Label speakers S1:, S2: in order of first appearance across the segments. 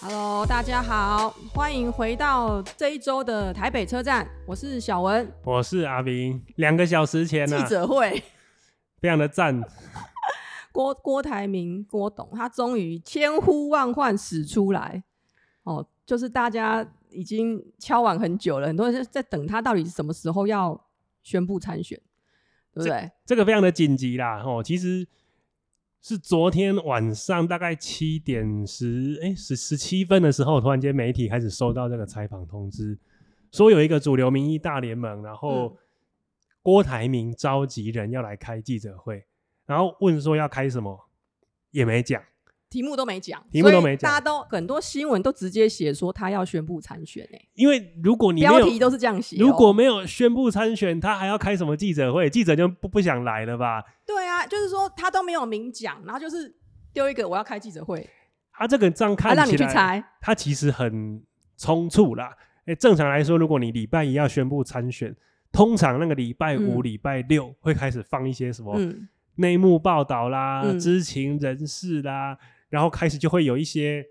S1: Hello，大家好，欢迎回到这一周的台北车站，我是小文。
S2: 我是阿明，两个小时前呢、
S1: 记
S2: 啊，
S1: 者会，
S2: 非常的赞，
S1: 郭郭台铭郭董，他终于千呼万唤始出来，哦，就是大家已经敲碗很久了，很多人在等他到底什么时候要宣布参选，对不对？
S2: 这个非常的紧急啦，哦，其实是昨天晚上大概七点十，哎，十十七分的时候，突然间媒体开始收到这个采访通知，说有一个主流民意大联盟，然
S1: 嗯
S2: 后郭台铭召集人要来开记者会，然后问说要开什么，也没讲，
S1: 题目都没讲，
S2: 题目都
S1: 所以
S2: 没讲
S1: 大家都很多新闻都直接写说他要宣布参选、欸，
S2: 因为如果你没
S1: 标
S2: 有
S1: 题都是这样写哦、
S2: 如果没有宣布参选，他还要开什么记者会？记者就不不想来了吧？
S1: 对啊，就是说他都没有明讲，然后就是丢一个我要开记者会，
S2: 他这个这样
S1: 啊，
S2: 看
S1: 让你
S2: 起
S1: 去
S2: 来，
S1: 猜。
S2: 它其实很冲促啦。诶，正常来说，如果你礼拜一要宣布参选，通常那个礼拜五、
S1: 嗯
S2: 礼拜六会开始放一些什么
S1: 嗯，
S2: 内幕报道啦、
S1: 嗯
S2: 知情人士啦，然后开始就会有一些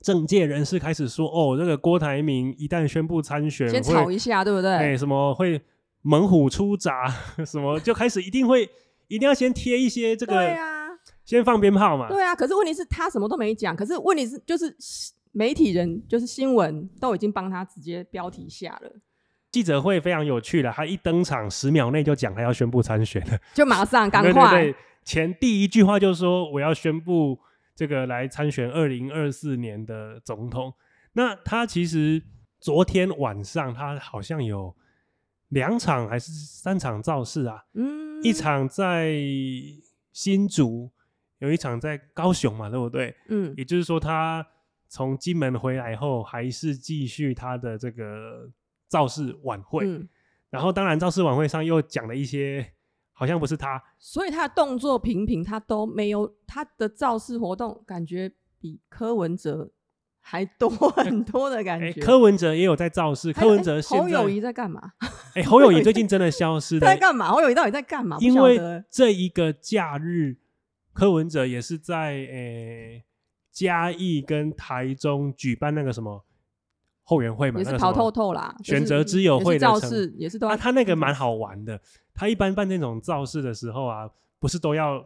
S2: 政界人士开始说：“哦，这个郭台铭一旦宣布参选，
S1: 先
S2: 会
S1: 吵一下，对不
S2: 哎、
S1: 对？
S2: 什么会猛虎出闸， 什么就开始一定会一定要先贴一些这个，
S1: 对啊，
S2: 先放鞭炮嘛。
S1: 对啊。可是问题是，他什么都没讲。可是问题是，就是媒体人，就是新闻都已经帮他直接标题下了，
S2: 记者会非常有趣的，他一登场十秒内就讲他要宣布参选了，
S1: 就马上赶
S2: 对
S1: 快。
S2: 对对，前第一句话就说我要宣布这个来参选二零二四年的总统。那他其实昨天晚上他好像有两场还是三场造势啊，
S1: 嗯，
S2: 一，场在新竹，有一场在高雄嘛，对不对？
S1: 嗯，
S2: 也就是说，他从金门回来后，还是继续他的这个造势晚会。
S1: 嗯。
S2: 然后，当然造势晚会上又讲了一些，好像不是他，
S1: 所以他的动作频频，他都没有他的造势活动，感觉比柯文哲还多 很多的感
S2: 哎，
S1: 觉。
S2: 柯文哲也有在造势。
S1: 还有
S2: 柯文
S1: 哎
S2: 哲现
S1: 侯
S2: 在
S1: 友，谊在干嘛？
S2: 哎，侯友谊最近真的消失
S1: 他在
S2: 了，
S1: 干嘛？侯友谊到底在干嘛？不
S2: 因
S1: 晓
S2: 为
S1: 得
S2: 这一个假日，柯文哲也是在诶嘉义跟台中举办那个什么后援会嘛，
S1: 也
S2: 那
S1: 是
S2: 个什么
S1: 跑透透啦，就是
S2: 选择之友会
S1: 也是
S2: 的
S1: 造
S2: 成
S1: 势也是都
S2: 啊，
S1: 要嗯
S2: 他那个蛮好玩的。他一般办这种造势的时候啊，不是都要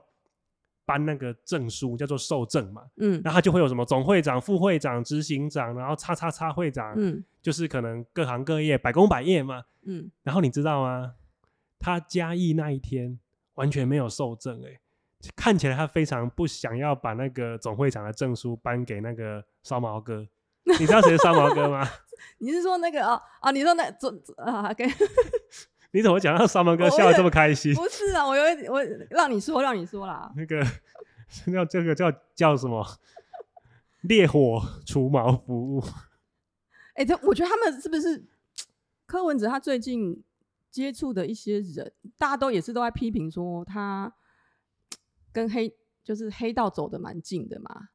S2: 颁那个证书，叫做受证嘛。
S1: 嗯
S2: 然后他就会有什么总会长、副会长、执行长，然后叉叉叉会长，
S1: 嗯
S2: 就是可能各行各业、百工百业嘛。
S1: 嗯，
S2: 然后你知道吗？他嘉义那一天完全没有受证、欸，看起来他非常不想要把那个总会长的证书颁给那个烧毛哥。 你知道谁是烧毛哥吗？
S1: 你是说那个哦哦，你说那这这啊， 跟
S2: 你怎么讲到烧毛哥
S1: 我
S2: 笑得
S1: 也
S2: 这么开心？
S1: 不是啊，我有一我让你说让你说啦，
S2: 那个叫这个叫叫什么？烈火除毛服务，
S1: 哎，这我觉得他们是不是柯文哲他最近接触的一些人，大家都也是都在批评说他跟黑就是黑道走的蛮近的嘛，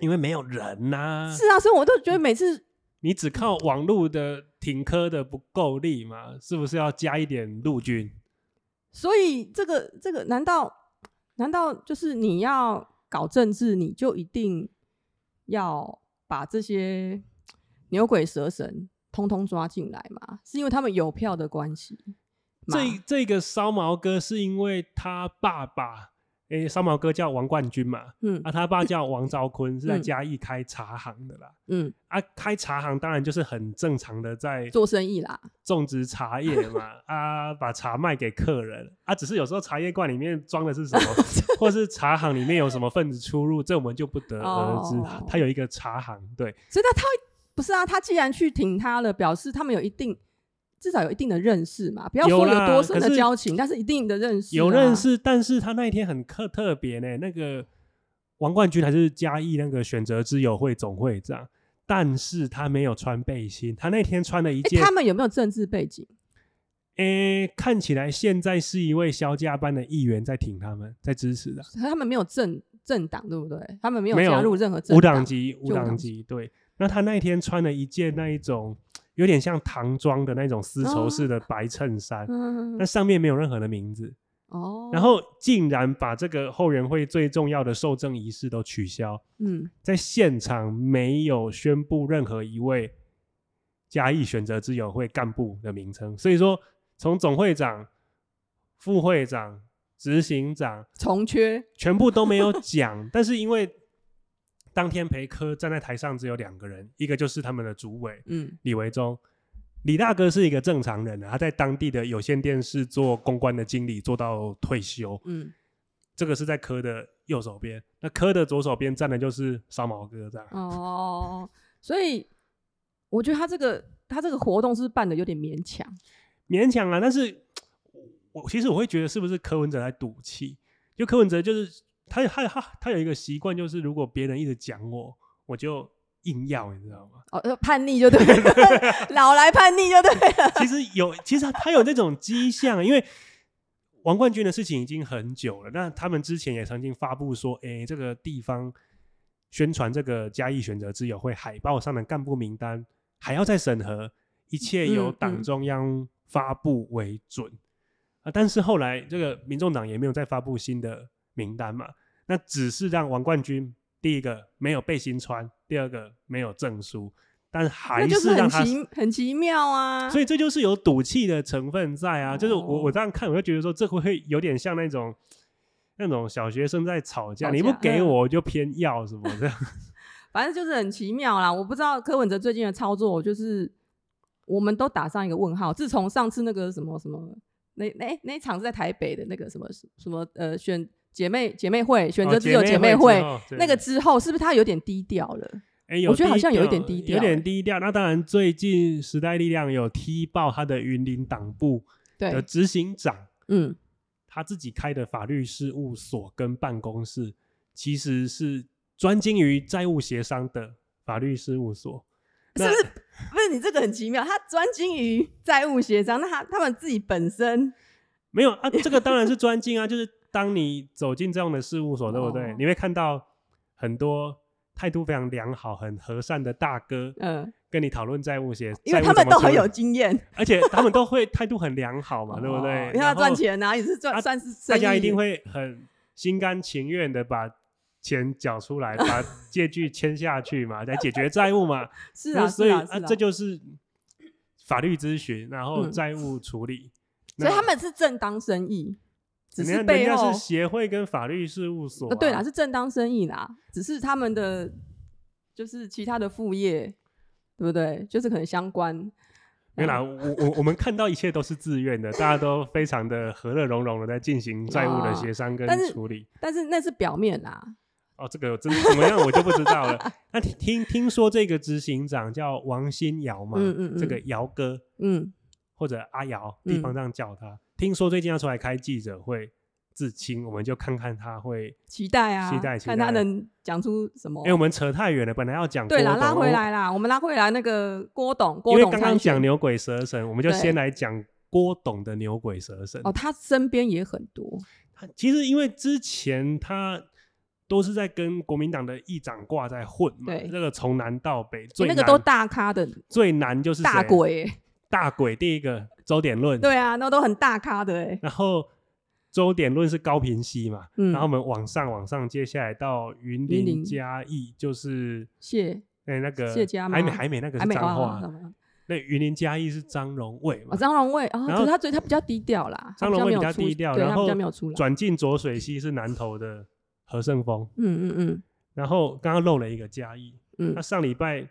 S2: 因为没有 人呐、
S1: 是啊，所以我都觉得每次
S2: 你只靠网络的停科的不够力嘛，是不是要加一点陆军？
S1: 所以这个这个，难道难道就是你要搞政治，你就一定要把这些牛鬼蛇神通通抓进来吗？是因为他们有票的关系吗？
S2: 这这个烧毛哥是因为他爸爸，诶、烧毛哥叫王冠军嘛，
S1: 嗯
S2: 啊，他爸叫王兆坤，是在
S1: 嗯
S2: 嘉义开茶行的啦。
S1: 嗯，
S2: 啊，开茶行当然就是很正常的在
S1: 做生意啦，
S2: 种植茶叶嘛，啊，把茶卖给客人啊，只是有时候茶叶罐里面装的是什么，或是茶行里面有什么分子出入，这我们就不得而知。
S1: 哦
S2: 它有一个茶行，对，
S1: 所以他他不是啊，他既然去挺他了，表示他们有一定。至少有一定的认识嘛，不要
S2: 有
S1: 说
S2: 啦
S1: 有多深
S2: 可
S1: 的
S2: 是
S1: 交情，但是啊一定的认识、
S2: 有认，识，但是他那一天很特特别呢，那个王冠军还是嘉义那个选择之友会总会长。但是他没有穿背心，他那天穿了一
S1: 哎、
S2: 件，
S1: 他们有没有政治背景？
S2: 诶、看起来现在是一位肖家班的议员在挺他们，在支持的。
S1: 可他们没有政政党，对不对？他们没有
S2: 没有
S1: 加入任何政
S2: 无党
S1: 党，
S2: 籍，无
S1: 就无
S2: 党
S1: 党
S2: 籍。对，那他那一天穿了一件那一种有点像唐装的那种丝绸式的白衬衫，
S1: 哦嗯，
S2: 那上面没有任何的名字，
S1: 哦，
S2: 然后竟然把这个后援会最重要的受证仪式都取消，
S1: 嗯
S2: 在现场没有宣布任何一位嘉义选择之友会干部的名称，所以说从总会长、副会长、执行长
S1: 重缺，
S2: 全部都没有讲，但是因为当天培科站在台上只有两个人，一个就是他们的主委
S1: 嗯
S2: 李维忠。李大哥是一个正常人啊，他在当地的有线电视做公关的经理，做到退休。
S1: 嗯
S2: 这个是在科的右手边，那科的左手边站的就是烧毛哥这样。
S1: 哦，所以我觉得他这个他这个活动是办的有点勉强，
S2: 勉强啊，但是我其实我会觉得是不是柯文哲在赌气？就柯文哲就是他他他他有一个习惯，就是如果别人一直讲我，我就硬要，你知道吗？
S1: 哦，呃叛逆就对了， 老来叛逆就对 了，
S2: 其实有，其实他有这种迹象，因为王冠军的事情已经很久了。那他们之前也曾经发布说，诶，这个地方宣传这个嘉义选择之友会海报上的干部名单还要再审核，一切由
S1: 嗯
S2: 党
S1: 嗯
S2: 中央发布为准、啊。但是后来这个民众党也没有再发布新的名单嘛，那只是让王冠军第一个没有背心穿，第二个没有证书。但还
S1: 那就是
S2: 让
S1: 很
S2: 他
S1: 奇很奇妙啊。
S2: 所以这就是有赌气的成分在啊。就是我
S1: 哦
S2: 我这样看，我就觉得说这会会有点像那种那种小学生在吵架，
S1: 吵
S2: 你不
S1: 架
S2: 给
S1: 嗯
S2: 我，我就偏要什么哦的。
S1: 反正就是很奇妙啦。我不知道柯文哲最近的操作，就是我们都打上一个问号。自从上次那个什么什么那那那一场是在台北的那个什么什么呃选姐妹姐妹会选
S2: 哦
S1: 择只有姐
S2: 妹
S1: 妹
S2: 之
S1: 会、
S2: 后对
S1: 那个之后，是不是他有点低调了？
S2: 哎，有
S1: 我觉得好像有一点低
S2: 有
S1: 调
S2: 点
S1: 欸
S2: 低调。那当然，最近时代力量有踢爆他的云林党部的
S1: 对，
S2: 执行长，
S1: 嗯，
S2: 他自己开的法律事务所跟办公室，其实是专精于债务协商的法律事务所。
S1: 是
S2: 那
S1: 不是不是你这个很奇妙，他专精于债务协商，那他他们自己本身
S2: 没有啊，这个当然是专精啊，就是当你走进这样的事务所，对不对？
S1: 哦
S2: 你会看到很多态度非常良好、很和善的大哥
S1: 嗯、呃
S2: 跟你讨论债务协，
S1: 因为
S2: 债务
S1: 他们
S2: 怎么
S1: 都
S2: 处
S1: 很有
S2: 理，
S1: 经验，
S2: 而且他们都会态度很良好嘛，对不对
S1: 哦？因为
S2: 然
S1: 他
S2: 后
S1: 赚，钱啊，也是
S2: 啊
S1: 赚算是
S2: 大
S1: 生意，
S2: 家一定会很心甘情愿的把钱缴出 来，把借据签下去嘛，来解决债务嘛。
S1: 是
S2: 然
S1: 啊，
S2: 后所以
S1: 是啊，是啊
S2: 这就是法律咨询，然后
S1: 嗯
S2: 债务处理。
S1: 所以
S2: 那
S1: 他们是正当生意，只
S2: 人
S1: 是
S2: 家人
S1: 背
S2: 家
S1: 后
S2: 是协会跟法律事务所、啊
S1: 呃对啦，是正当生意啦，只是他们的就是其他的副业，对不对？就是可能相关。
S2: 原来我我我们看到一切都是自愿的，大家都非常的和乐融融的在进行债务的协商跟
S1: 啊但是
S2: 处理。
S1: 但是那是表面啦，
S2: 哦，这个真怎么样我就不知道 了。那听听听说这个执行长叫王新尧嘛，
S1: 嗯嗯嗯
S2: 这个尧哥
S1: 嗯，
S2: 或者阿尧，
S1: 嗯
S2: 地方上叫他。听说最近要出来开记者会自清，我们就看看他会。
S1: 期待啊，
S2: 期待期
S1: 看他
S2: 待
S1: 能讲出什么。
S2: 哎、我们扯太远了，本来要讲
S1: 对啦，
S2: 郭董
S1: 拉回来啦，我们拉回来那个郭董，
S2: 因
S1: 郭
S2: 为
S1: 董
S2: 刚刚
S1: 参选
S2: 讲牛鬼蛇神，我们就
S1: 对
S2: 先来讲郭董的牛鬼蛇神。
S1: 哦，他身边也很多，
S2: 他其实因为之前他都是在跟国民党的议长挂在混嘛，
S1: 对哎
S2: 这个从南到北最
S1: 那
S2: 难、
S1: 个都大咖的
S2: 最难就是啊嗯
S1: 大
S2: 谁
S1: 鬼欸，
S2: 大鬼第一个周典论，
S1: 对啊，那都很大咖的哎，
S2: 然后周典论是高平溪嘛，
S1: 嗯
S2: 然后我们往上往上，接下来到云
S1: 云
S2: 林
S1: 林
S2: 嘉义就是。
S1: 谢
S2: 哎、那个
S1: 谢家吗
S2: 还没还没那个
S1: 还
S2: 是
S1: 没
S2: 彰
S1: 啊
S2: 化，，那云林嘉义是张荣伟嘛
S1: 啊，，张荣卫啊，
S2: 然
S1: 可
S2: 后
S1: 是他最他比较低调啦，他
S2: 张荣
S1: 较没
S2: 惠比
S1: 有
S2: 较
S1: 出
S2: 低调，
S1: 对
S2: 然
S1: 他比
S2: 后
S1: 较没有出来。
S2: 转进浊水溪是南投的何胜峰，
S1: 嗯嗯嗯
S2: 然后刚刚漏了一个嘉义，那
S1: 嗯
S2: 上礼拜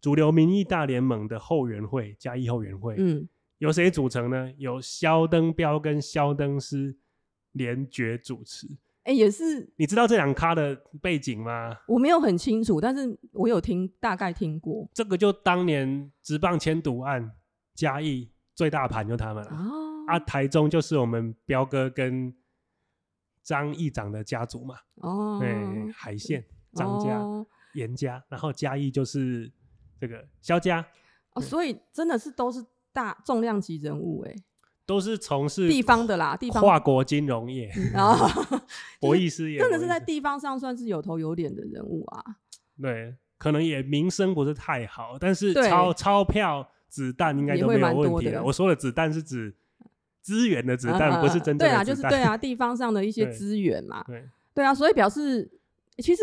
S2: 主流民意大联盟的后援会嘉义后援会、
S1: 嗯，
S2: 由谁组成呢？由肖登标跟肖登师联决主持。
S1: 哎、也是
S2: 你知道这两咖的背景吗？
S1: 我没有很清楚，但是我有听大概听过
S2: 这个就当年直棒迁赌案嘉义最大盘就他们了
S1: 啊
S2: 啊，台中就是我们彪哥跟张议长的家族嘛，
S1: 哦，
S2: 对、海线张家。
S1: 哦
S2: 严家，然后嘉义就是这个萧家，
S1: 哦所以真的是都是大重量级人物哎、
S2: 都是从事
S1: 地方的啦，地方
S2: 跨国金融业、
S1: 啊，
S2: 博弈事业，
S1: 真的是
S2: 博
S1: 在
S2: 弈事
S1: 地方上算是有头有脸的人物啊，
S2: 对，可能也名声不是太好，但是
S1: 对
S2: 钞钞票、子弹应该
S1: 也
S2: 都
S1: 会
S2: 没有
S1: 蛮
S2: 问
S1: 多
S2: 题
S1: 的
S2: 了。我说的子弹是指资源的子
S1: 呃
S2: 弹，不是真正的
S1: 对啊，
S2: 子
S1: 就是
S2: 弹
S1: 对啊，地方上的一些
S2: 对
S1: 资源嘛，
S2: 对
S1: 对啊，所以表示其实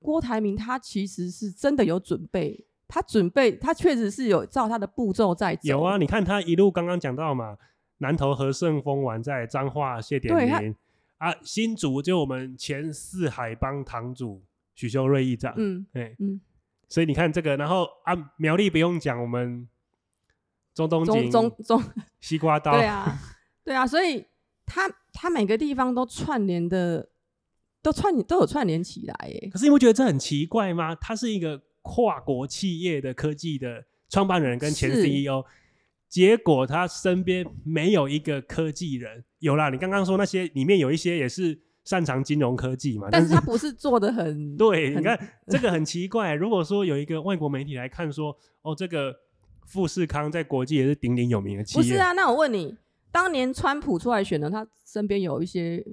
S1: 郭台铭他其实是真的有准备，他准备他确实是有照他的步骤在走，
S2: 有啊，，你看他一路刚刚讲到嘛，南投和盛丰完在彰化谢点
S1: 对他
S2: 名啊，新竹就我们前四海帮堂主许修瑞议长，
S1: 嗯
S2: 哎，
S1: 嗯，
S2: 所以你看这个，然后啊，苗栗不用讲，我们中东
S1: 中
S2: 锦
S1: 中中，
S2: 西瓜刀，
S1: 对啊，对啊，所以他他每个地方都串联的，都串都有串联起来耶，
S2: 可是你不觉得这很奇怪吗？他是一个跨国企业的科技的创办人跟前
S1: 是
S2: CEO，结果他身边没有一个科技人。有啦，你刚刚说那些里面有一些也是擅长金融科技嘛，
S1: 但
S2: 但
S1: 是他不是做的很
S2: 对，
S1: 很
S2: 你看这个很奇怪。如果说有一个外国媒体来看说，哦，这个富士康在国际也是鼎鼎有名的企
S1: 不
S2: 业，
S1: 是啊，那我问你，当年川普出来选的，他身边有一些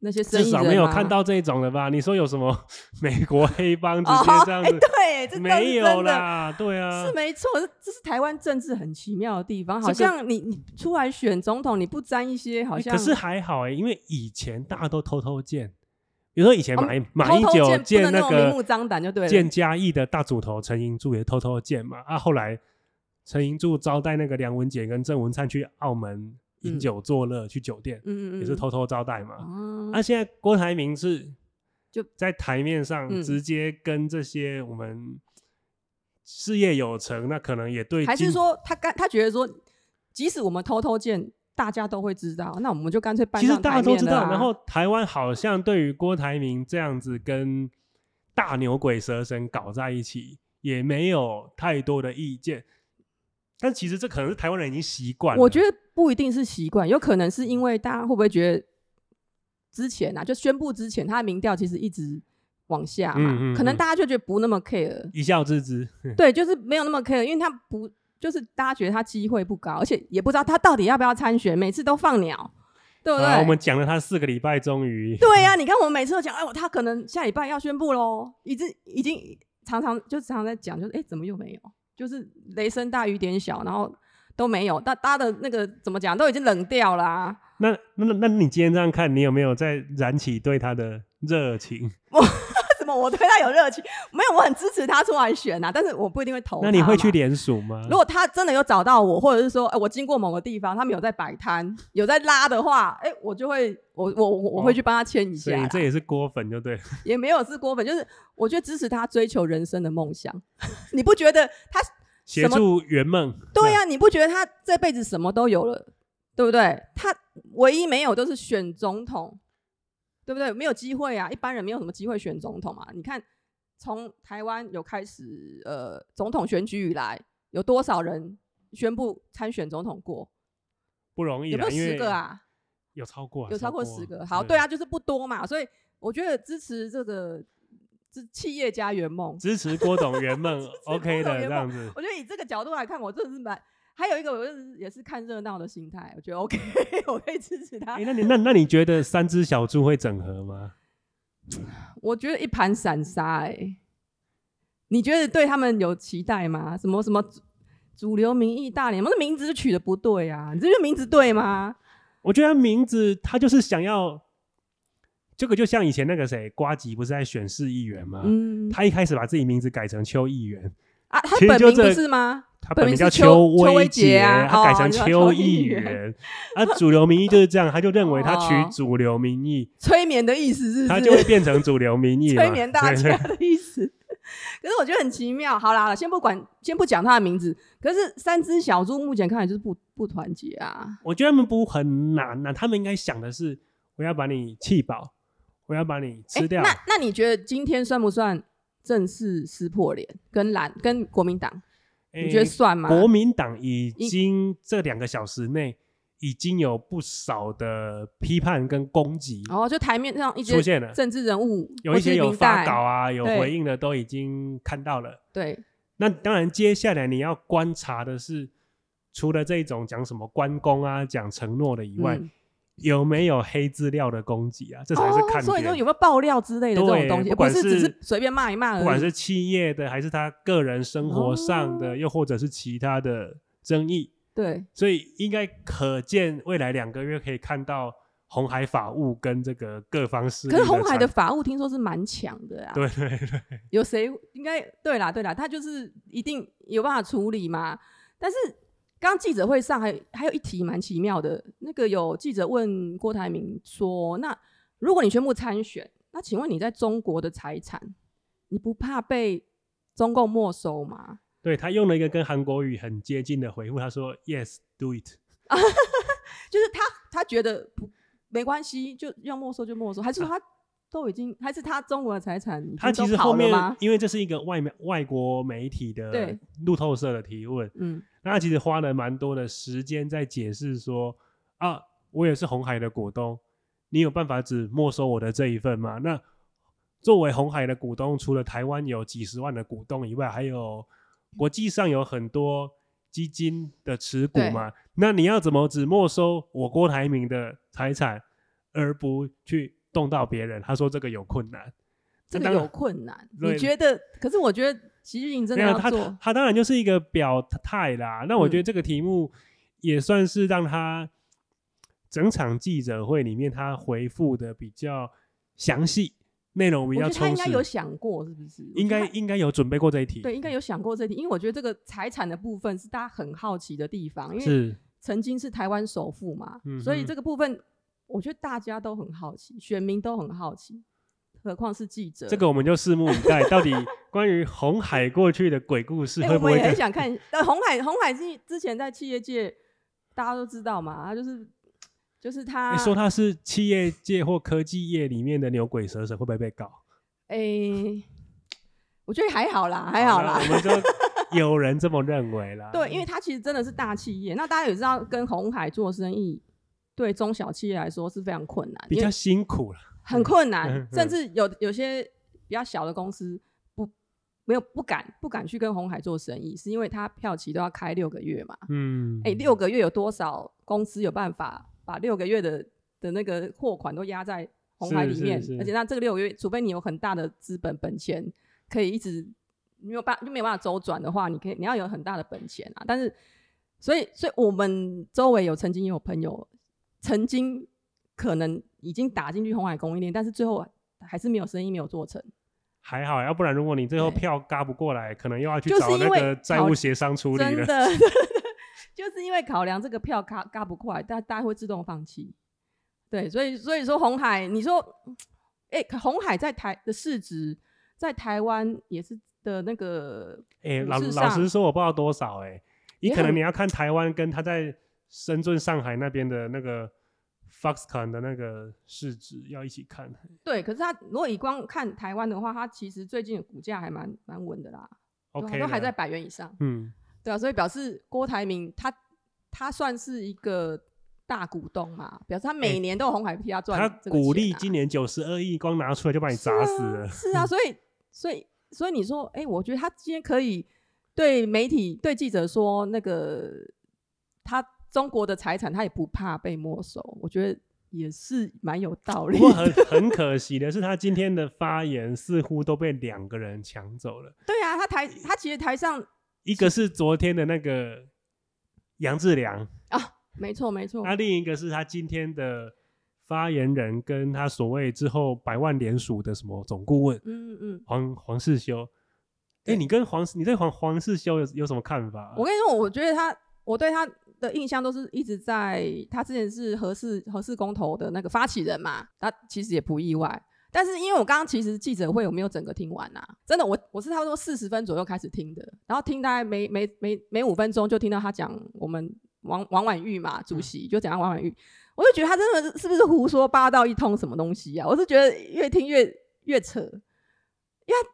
S1: 那些生
S2: 至
S1: 意人啊
S2: 少没有
S1: 吗
S2: 看到这种的吧？你说有什么美国黑帮直接
S1: 哦，
S2: 这样
S1: 哎
S2: 子？
S1: 对，这倒是
S2: 没有
S1: 真的。
S2: 啦，对啊，
S1: 是没错，这这是台湾政治很奇妙的地方，
S2: 这
S1: 好
S2: 个
S1: 像你你出来选总统，你不沾一些，好
S2: 欸
S1: 像、
S2: 可是还好哎、因为以前大家都偷偷建，比如说以前
S1: 哦
S2: 马英、马
S1: 偷
S2: 英
S1: 偷
S2: 九
S1: 见不
S2: 建
S1: 能那
S2: 那
S1: 种明目
S2: 个
S1: 张胆就对
S2: 建
S1: 了。
S2: 嘉义的大主头陈银柱也偷偷建嘛，啊后来陈银柱招待那个梁文杰跟郑文灿去澳门饮
S1: 嗯
S2: 酒作乐、去酒店，
S1: 嗯嗯嗯，
S2: 也是偷偷招待嘛。
S1: 哦
S2: 啊，现在郭台铭是
S1: 就
S2: 在台面上
S1: 嗯
S2: 直接跟这些我们事业有成，那可能也对
S1: 还是
S2: 经
S1: 说他干他觉得说，即使我们偷偷见，大家都会知道，那我们就干脆搬
S2: 其实
S1: 上
S2: 大
S1: 台
S2: 家都
S1: 面
S2: 知
S1: 了
S2: 道，
S1: 啊
S2: 然后台湾好像对于郭台铭这样子跟大牛鬼蛇神搞在一起，也没有太多的意见。但其实这可能是台湾人已经习惯了。
S1: 我觉得不一定是习惯，有可能是因为大家会不会觉得之前啊，就宣布之前，他的民调其实一直往下嘛，
S2: 嗯嗯嗯
S1: 可能大家就觉得不那么 care，
S2: 一笑置 之，
S1: 对，就是没有那么 care，因为他不就是大家觉得他机会不高，而且也不知道他到底要不要参选，每次都放鸟，对不对？
S2: 啊，我们讲了他四个礼拜，终于
S1: 对呀、你看我们每次都讲，哎，我他可能下礼拜要宣布喽，已经已经常常就常常在讲，就是哎，怎么又没有？就是雷声大雨点小，然后都没有，大大家的那个怎么讲，都已经冷掉啦、
S2: 那那那那你今天这样看，你有没有在燃起对他的热情？
S1: 什么？我对他有热情？没有，我很支持他出来选呐、但是我不一定会投他嘛。
S2: 那你会去联署吗？
S1: 如果他真的有找到我，或者是说，哎、我经过某个地方，他们有在摆摊，有在拉的话，哎、我就会，我我我我会去帮他签一
S2: 哦所
S1: 下
S2: 以
S1: 啦、
S2: 这也是郭粉就对了。
S1: 也没有是郭粉，就是我觉得支持他追求人生的梦想。 你不觉得他
S2: 协助圆梦。
S1: 对啊呀、你不觉得他这辈子什么都有了，对不对？他唯一没有就是选总统，对不对？没有机会啊，一般人没有什么机会选总统嘛。你看，从台湾有开始呃总统选举以来，有多少人宣布参选总统过？
S2: 不容易
S1: 有没
S2: 啦，
S1: 有
S2: 因为
S1: 十个啊？
S2: 有超过啊，
S1: 有超过十个。好，对啊，就是不多嘛。所以我觉得支持这个这企业家圆梦，
S2: 支持郭董 圆梦，OK
S1: 郭董
S2: 的
S1: 圆
S2: 这样子。
S1: 我觉得以这个角度来看，我真的是蛮。还有一个，我就是也是看热闹的心态，我觉得 OK，我 可以支持他
S2: 哎、。那你那那你觉得三只小猪会整合吗？
S1: 我觉得一盘散沙、哎，你觉得对他们有期待吗？什么什么主主流民意大联盟，那名字就取的不对啊！你这个名字对吗？
S2: 我觉得他名字他就是想要，这个就像以前那个谁瓜吉不是在选市议员吗？
S1: 嗯，
S2: 他一开始把自己名字改成邱议员，
S1: 啊，他
S2: 其实
S1: 本
S2: 就
S1: 名不
S2: 这
S1: 是吗？
S2: 他
S1: 本
S2: 本名
S1: 名
S2: 叫
S1: 是邱邱
S2: 威
S1: 威杰啊
S2: 他改
S1: 哦
S2: 成
S1: 你说
S2: 邱
S1: 邱
S2: 议
S1: 议
S2: 员。啊，主流民意就是这样，他就认为他
S1: 哦
S2: 取主流民意，
S1: 催眠的意思 是不是？
S2: 他就会变成主流民意嘛，
S1: 催眠大
S2: 对
S1: 家 的意思。可是我觉得很奇妙。好啦，先不管，先不讲他的名字。可是三只小猪目前看来就是不不团结啊。
S2: 我觉得他们不很难呐、他们应该想的是，我要把你气饱，我要把你吃
S1: 诶
S2: 掉。
S1: 那那你觉得今天算不算正式撕破脸？跟蓝跟国民党，
S2: 诶
S1: 你觉得算吗？
S2: 国民党已
S1: 一
S2: 经这两个小时内已经有不少的批判跟攻击
S1: 哦，就台面上一
S2: 出
S1: 些
S2: 现了，
S1: 政治人物，
S2: 有一些有发
S1: 代，
S2: 稿啊，有
S1: 对
S2: 回应的都已经看到了。
S1: 对，
S2: 那当然，接下来你要观察的是，除了这种讲什么关公啊、讲承诺的以外，
S1: 嗯
S2: 有没有黑资料的攻击啊？这才是看
S1: 哦。
S2: 点。
S1: 所以说有没有爆料之类的这种
S2: 对
S1: 东西，
S2: 不
S1: 而
S2: 管
S1: 是只
S2: 是
S1: 是随便骂一骂而已。
S2: 不管是
S1: 哦
S2: 企业的，还是他个人生活上的，又或者是其他的争议，
S1: 对，
S2: 所以应该可见未来两个月可以看到红海法务跟这个各方势力
S1: 可
S2: 产。
S1: 是红海的法务听说是蛮强的啊，
S2: 对对对，
S1: 有谁应该对啦对啦，他就是一定有办法处理嘛。但是刚刚记者会上还有还有一题蛮奇妙的，那个有记者问郭台铭说：“那如果你宣布参选，那请问你在中国的财产，你不怕被中共没收吗
S2: 对他用了一个跟韩国语很接近的回复，他说 “Yes, do it”。？”
S1: 就是他他觉得不没关系，就要没收就没收，还是说他都已经还是他中国的财产已经
S2: 啊他其
S1: 都
S2: 实
S1: 跑
S2: 后
S1: 了
S2: 面
S1: 吗？
S2: 因为这是一个外媒外国媒体的
S1: 对
S2: 路透社的提问，
S1: 嗯，
S2: 那他其实花了蛮多的时间在解释说啊，我也是红海的股东，你有办法只没收我的这一份吗？那作为红海的股东，除了台湾有几十万的股东以外，还有国际上有很多基金的持股嘛，那你要怎么只没收我郭台铭的财产，而不去动到别人？他说这个有困难。
S1: 这个
S2: 那当然
S1: 有困难。
S2: 对
S1: 你觉得？可是我觉得习近平真
S2: 没
S1: 的
S2: 有
S1: 要
S2: 他
S1: 做，嗯
S2: 他当然就是一个表态啦。那我觉得这个题目也算是让他整场记者会里面他回复的比较详细，内容比
S1: 我
S2: 较
S1: 觉得他
S2: 充
S1: 应
S2: 实
S1: 该。有想过，是不是？我
S2: 应
S1: 觉得
S2: 该
S1: 他
S2: 应该有准备过这一题，
S1: 对，应该有想过这题，因为我觉得这个财产的部分是大家很好奇的地方，因为
S2: 是
S1: 曾经是台湾首富嘛，
S2: 嗯
S1: 所以
S2: 哼
S1: 这个部分我觉得大家都很好奇，选民都很好奇，何况是记者。
S2: 这个我们就拭目以待，到底关于红海过去的鬼故事
S1: 哎、
S2: 会
S1: 我
S2: 不
S1: 们
S2: 会
S1: 也很
S2: 更？
S1: 想看。呃，红海红海之之前在企业界大家都知道嘛，他就是就是他、
S2: 哎说他是企业界或科技业里面的牛鬼蛇神，会不会被告？
S1: 哎、我觉得还好啦，还好啦
S2: 那。我们就有人这么认为啦。
S1: 对，因为它其实真的是大企业。那大家也知道，跟红海做生意，对中小企业来说是非常困难，
S2: 比
S1: 因
S2: 较
S1: 为
S2: 辛苦啦。
S1: 很困
S2: 嗯
S1: 难，
S2: 嗯
S1: 甚至有有些比较小的公司不没有不敢不敢去跟红海做生意，是因为它票期都要开六个月嘛。
S2: 嗯，
S1: 哎、六个月有多少公司有办法把六个月的的那个货款都压在红海
S2: 是
S1: 里面？
S2: 是是
S1: 而且那这个六个月，除非你有很大的资本本钱，可以一直你没有办就没有办法周转的话，你可以你要有很大的本钱啊。但是，所以所以我们周围有曾经有朋友曾经可能已经打进去红海供应链，但是最后还是没有生意，没有做成。
S2: 还好，要不然如果你最后
S1: 对
S2: 票嘎不过来，可能又要去
S1: 就是
S2: 找那
S1: 因为
S2: 个债务协商处理
S1: 真
S2: 了。
S1: 的， 就是因为考量这个票嘎嘎不快，大大家会自动放弃。对，所以所以说红海，你说，哎、可红海在台的市值在台湾也是的那个，
S2: 哎、老
S1: 股市
S2: 老
S1: 上
S2: 实说，我不知道多少哎、你
S1: 也
S2: 可能
S1: 很
S2: 你要看台湾跟他在深圳、上海那边的那个 Foxconn 的那个市值要一起看。
S1: 对，可是它如果以光看台湾的话，它其实最近的股价还蛮蛮稳的啦对啊
S2: OK，
S1: 都还
S2: 的
S1: 在百元以上，
S2: 嗯，
S1: 对啊，所以表示郭台铭他他算是一个大股东嘛，表示他
S2: 哎
S1: 每年都有红海替他赚、
S2: 他
S1: 这个
S2: 鼓
S1: 钱
S2: 励
S1: 啊
S2: 今年九十二亿，光拿出来就把你砸死了。
S1: 是啊，所以所以所以你说，哎、我觉得他今天可以对媒体、对记者说，那个他中国的财产他也不怕被没收，我觉得也是蛮有道理
S2: 不。过很很可惜的是，他今天的发言似乎都被两个人抢走了，
S1: 对啊，他台他其实台上
S2: 一个是昨天的那个杨志良，
S1: 没错没错，
S2: 那另一个是他今天的发言人跟他所谓之后百万联署的什么总顾问
S1: 嗯嗯。
S2: 黄黄世修。哎、
S1: 对
S2: 你跟黄你对黄黄世修有有什么看法？啊
S1: 我跟你说，我觉得他，我对他的印象都是一直在他之前是合适合适公投的那个发起人嘛，他其实也不意外。但是因为我刚刚其实记者会我没有整个听完啊，真的我我是差不多四十分左右开始听的，然后听大概每每每每五分钟就听到他讲我们王王婉玉嘛主席就讲到王婉玉，我就觉得他真的是是不是胡说八道一通什么东西啊？我是觉得越听越越扯，因为他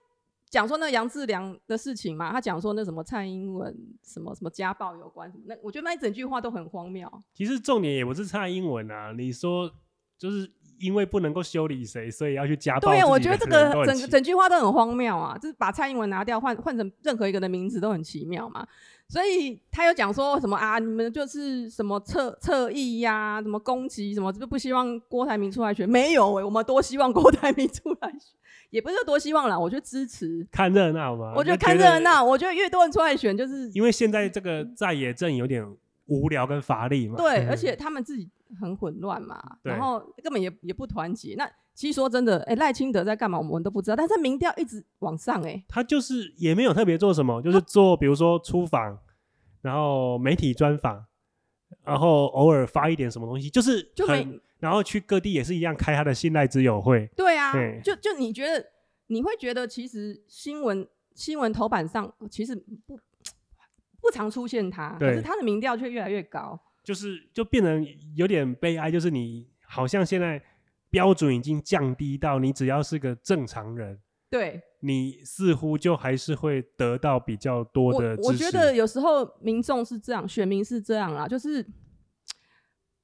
S1: 讲说那个杨志良的事情嘛，他讲说那什么蔡英文什么什么家暴有关什么，那我觉得那一整句话都很荒谬。
S2: 其实重点也不是蔡英文啊，你说就是因为不能够修理谁，所以要去家暴自
S1: 对
S2: 己
S1: 呀，
S2: 的
S1: 我
S2: 人。
S1: 觉得这个
S2: 都很
S1: 整
S2: 奇
S1: 个整句话都很荒谬啊，就是把蔡英文拿掉，换换成任何一个的名字都很奇妙嘛。所以他又讲说什么啊，你们就是什么侧侧翼呀、什么攻击什么，就不希望郭台铭出来选。没有欸诶、我们多希望郭台铭出来选，也不是多希望啦，我就支持。
S2: 看热闹嘛，
S1: 我
S2: 啊就
S1: 觉得看热。闹，我觉得越多人出来选，就是
S2: 因为现在这个在野阵有点无聊跟乏力嘛。
S1: 对，而
S2: 嗯
S1: 且他们自己很混乱嘛，
S2: 对
S1: 然后根本也也不团结。那其实说真的，哎、赖清德在干嘛，我们都不知道。但是民调一直往上、哎，
S2: 他就是也没有特别做什么，就是做比如说出访，然后媒体专访，然后偶尔发一点什么东西，就是
S1: 就
S2: 很，
S1: 没
S2: 然后去各地也是一样开他的信赖之友会，
S1: 对啊，
S2: 对
S1: 就就你觉得你会觉得其实新闻新闻头版上其实不不常出现他，可
S2: 对
S1: 是他的民调却越来越高。
S2: 就是就变成有点悲哀，就是你好像现在标准已经降低到你只要是个正常人，
S1: 对
S2: 你似乎就还是会得到比较多的
S1: 我
S2: 支持。
S1: 我觉得有时候民众是这样，选民是这样啦，就是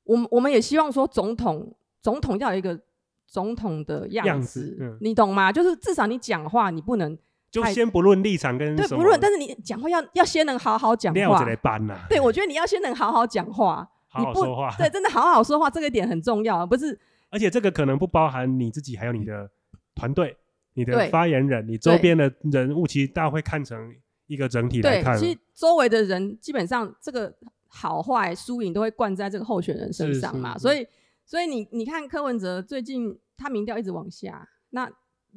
S1: 我们我们也希望说总统总统要有一个总统的样子，
S2: 样子嗯
S1: 你懂吗？就是至少你讲话你不能
S2: 就
S1: 太
S2: 先不论立场跟
S1: 对
S2: 什
S1: 不
S2: 么
S1: 论，但是你讲话要要先能好好讲
S2: 料
S1: 话
S2: 子。来搬呐、
S1: 对，我觉得你要先能好好讲 话，
S2: 好好
S1: 你不
S2: 说话。
S1: 对，真的好好说话，这个点很重要，啊不是
S2: 而且这个可能不包含你自己，还有你的团队、你的
S1: 嗯对
S2: 发言人、你周
S1: 对
S2: 边的人物，其实大家会看成一个整体来
S1: 对
S2: 看。。
S1: 其实周围的人基本上这个好坏输赢都会灌在这个候选人身
S2: 是
S1: 上
S2: 是
S1: 嘛，
S2: 是
S1: 所以所以你你看柯文哲最近他民调一直往下，那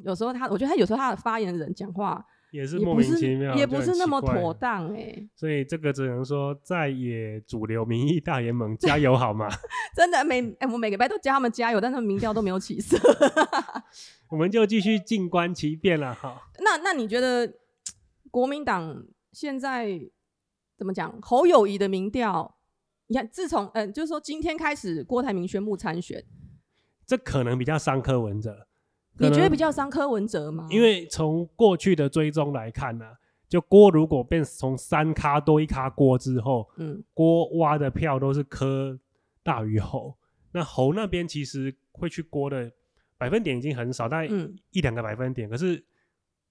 S1: 有时候他我觉得他有时候他的发言人讲话
S2: 也是
S1: 也
S2: 莫
S1: 不
S2: 名
S1: 是
S2: 其妙，
S1: 也
S2: 就
S1: 不
S2: 很
S1: 是那
S2: 奇
S1: 么
S2: 怪
S1: 妥当哎、
S2: 所以这个只能说在野主流民意大联盟加油 好吗？
S1: 真的每哎、我每个礼拜都叫他们加油，但他们民调都没有起色。
S2: 我们就继续静观其变了哈。
S1: 那那你觉得国民党现在怎么讲？侯友谊的民调，你看自从嗯、呃就是说今天开始郭台铭宣布参选，
S2: 这可能比较伤柯文哲，可
S1: 你觉得
S2: 能
S1: 比较伤柯文哲吗？
S2: 因为从过去的追踪来看呢、就郭如果变从三咖多一咖郭之后，
S1: 嗯，
S2: 郭挖的票都是柯大于侯，那侯那边其实会去郭的百分点已经很少，大概
S1: 嗯
S2: 一两个百分点，可是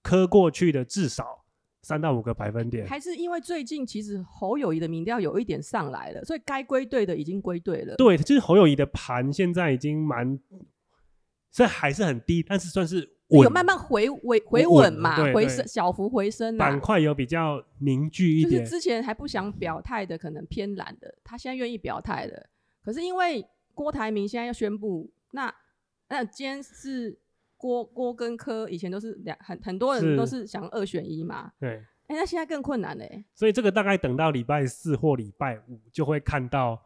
S2: 柯过去的至少三到五个百分点，
S1: 还是因为最近其实侯友谊的民调有一点上来了，所以该归队的已经归队了。
S2: 对，就是侯友谊的盘现在已经蛮，这还是很低，但是算是稳，
S1: 有慢慢回回回
S2: 稳
S1: 稳嘛，
S2: 对
S1: 回
S2: 对
S1: 升小幅回升嘛
S2: 板。块有比较凝聚一
S1: 就是
S2: 点，
S1: 之前还不想表态的，可能偏懒的，他现在愿意表态了。可是因为郭台铭现在要宣布，那那今天是郭郭跟柯以前都是两很很多
S2: 是
S1: 人都是想二选一嘛，
S2: 对，
S1: 哎、那现在更困难欸嘞、
S2: 所以这个大概等到礼拜四或礼拜五就会看到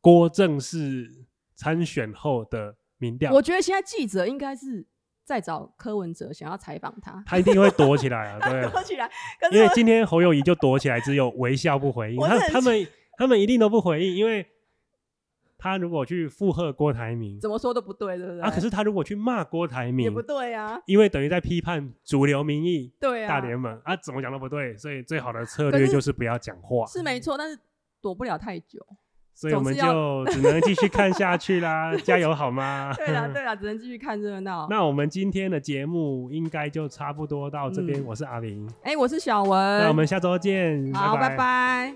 S2: 郭正式参选后的民调
S1: 我，觉得现在记者应该是在找柯文哲，想要采访他，
S2: 他一定会躲 起来啊， 对，
S1: 躲起来。可
S2: 因
S1: 是
S2: 为今天侯友谊就躲起来，只有微笑不回应，
S1: 我
S2: 他
S1: 真的很
S2: 他们他们一定都不回应，因为他如果去附和郭台铭
S1: 我。 怎么说都不对，对不对？
S2: 啊！可是他如果去骂郭台铭，
S1: 也不对啊，
S2: 因为等于在批判主流民意、
S1: 对啊，
S2: 大联盟啊，怎么讲都不对，所以最好的策
S1: 可
S2: 略
S1: 是
S2: 就是不要讲话。
S1: 是没错，但是躲不了太 久。
S2: 所以我们就只能继续看下去啦， 加油好吗？
S1: 对啦，对啦，只能继续看热闹。
S2: 那我们今天的节目应该就差不多到这边，
S1: 嗯
S2: 我是阿林，
S1: 哎、我是小文，
S2: 那我们下周见，
S1: 好，拜拜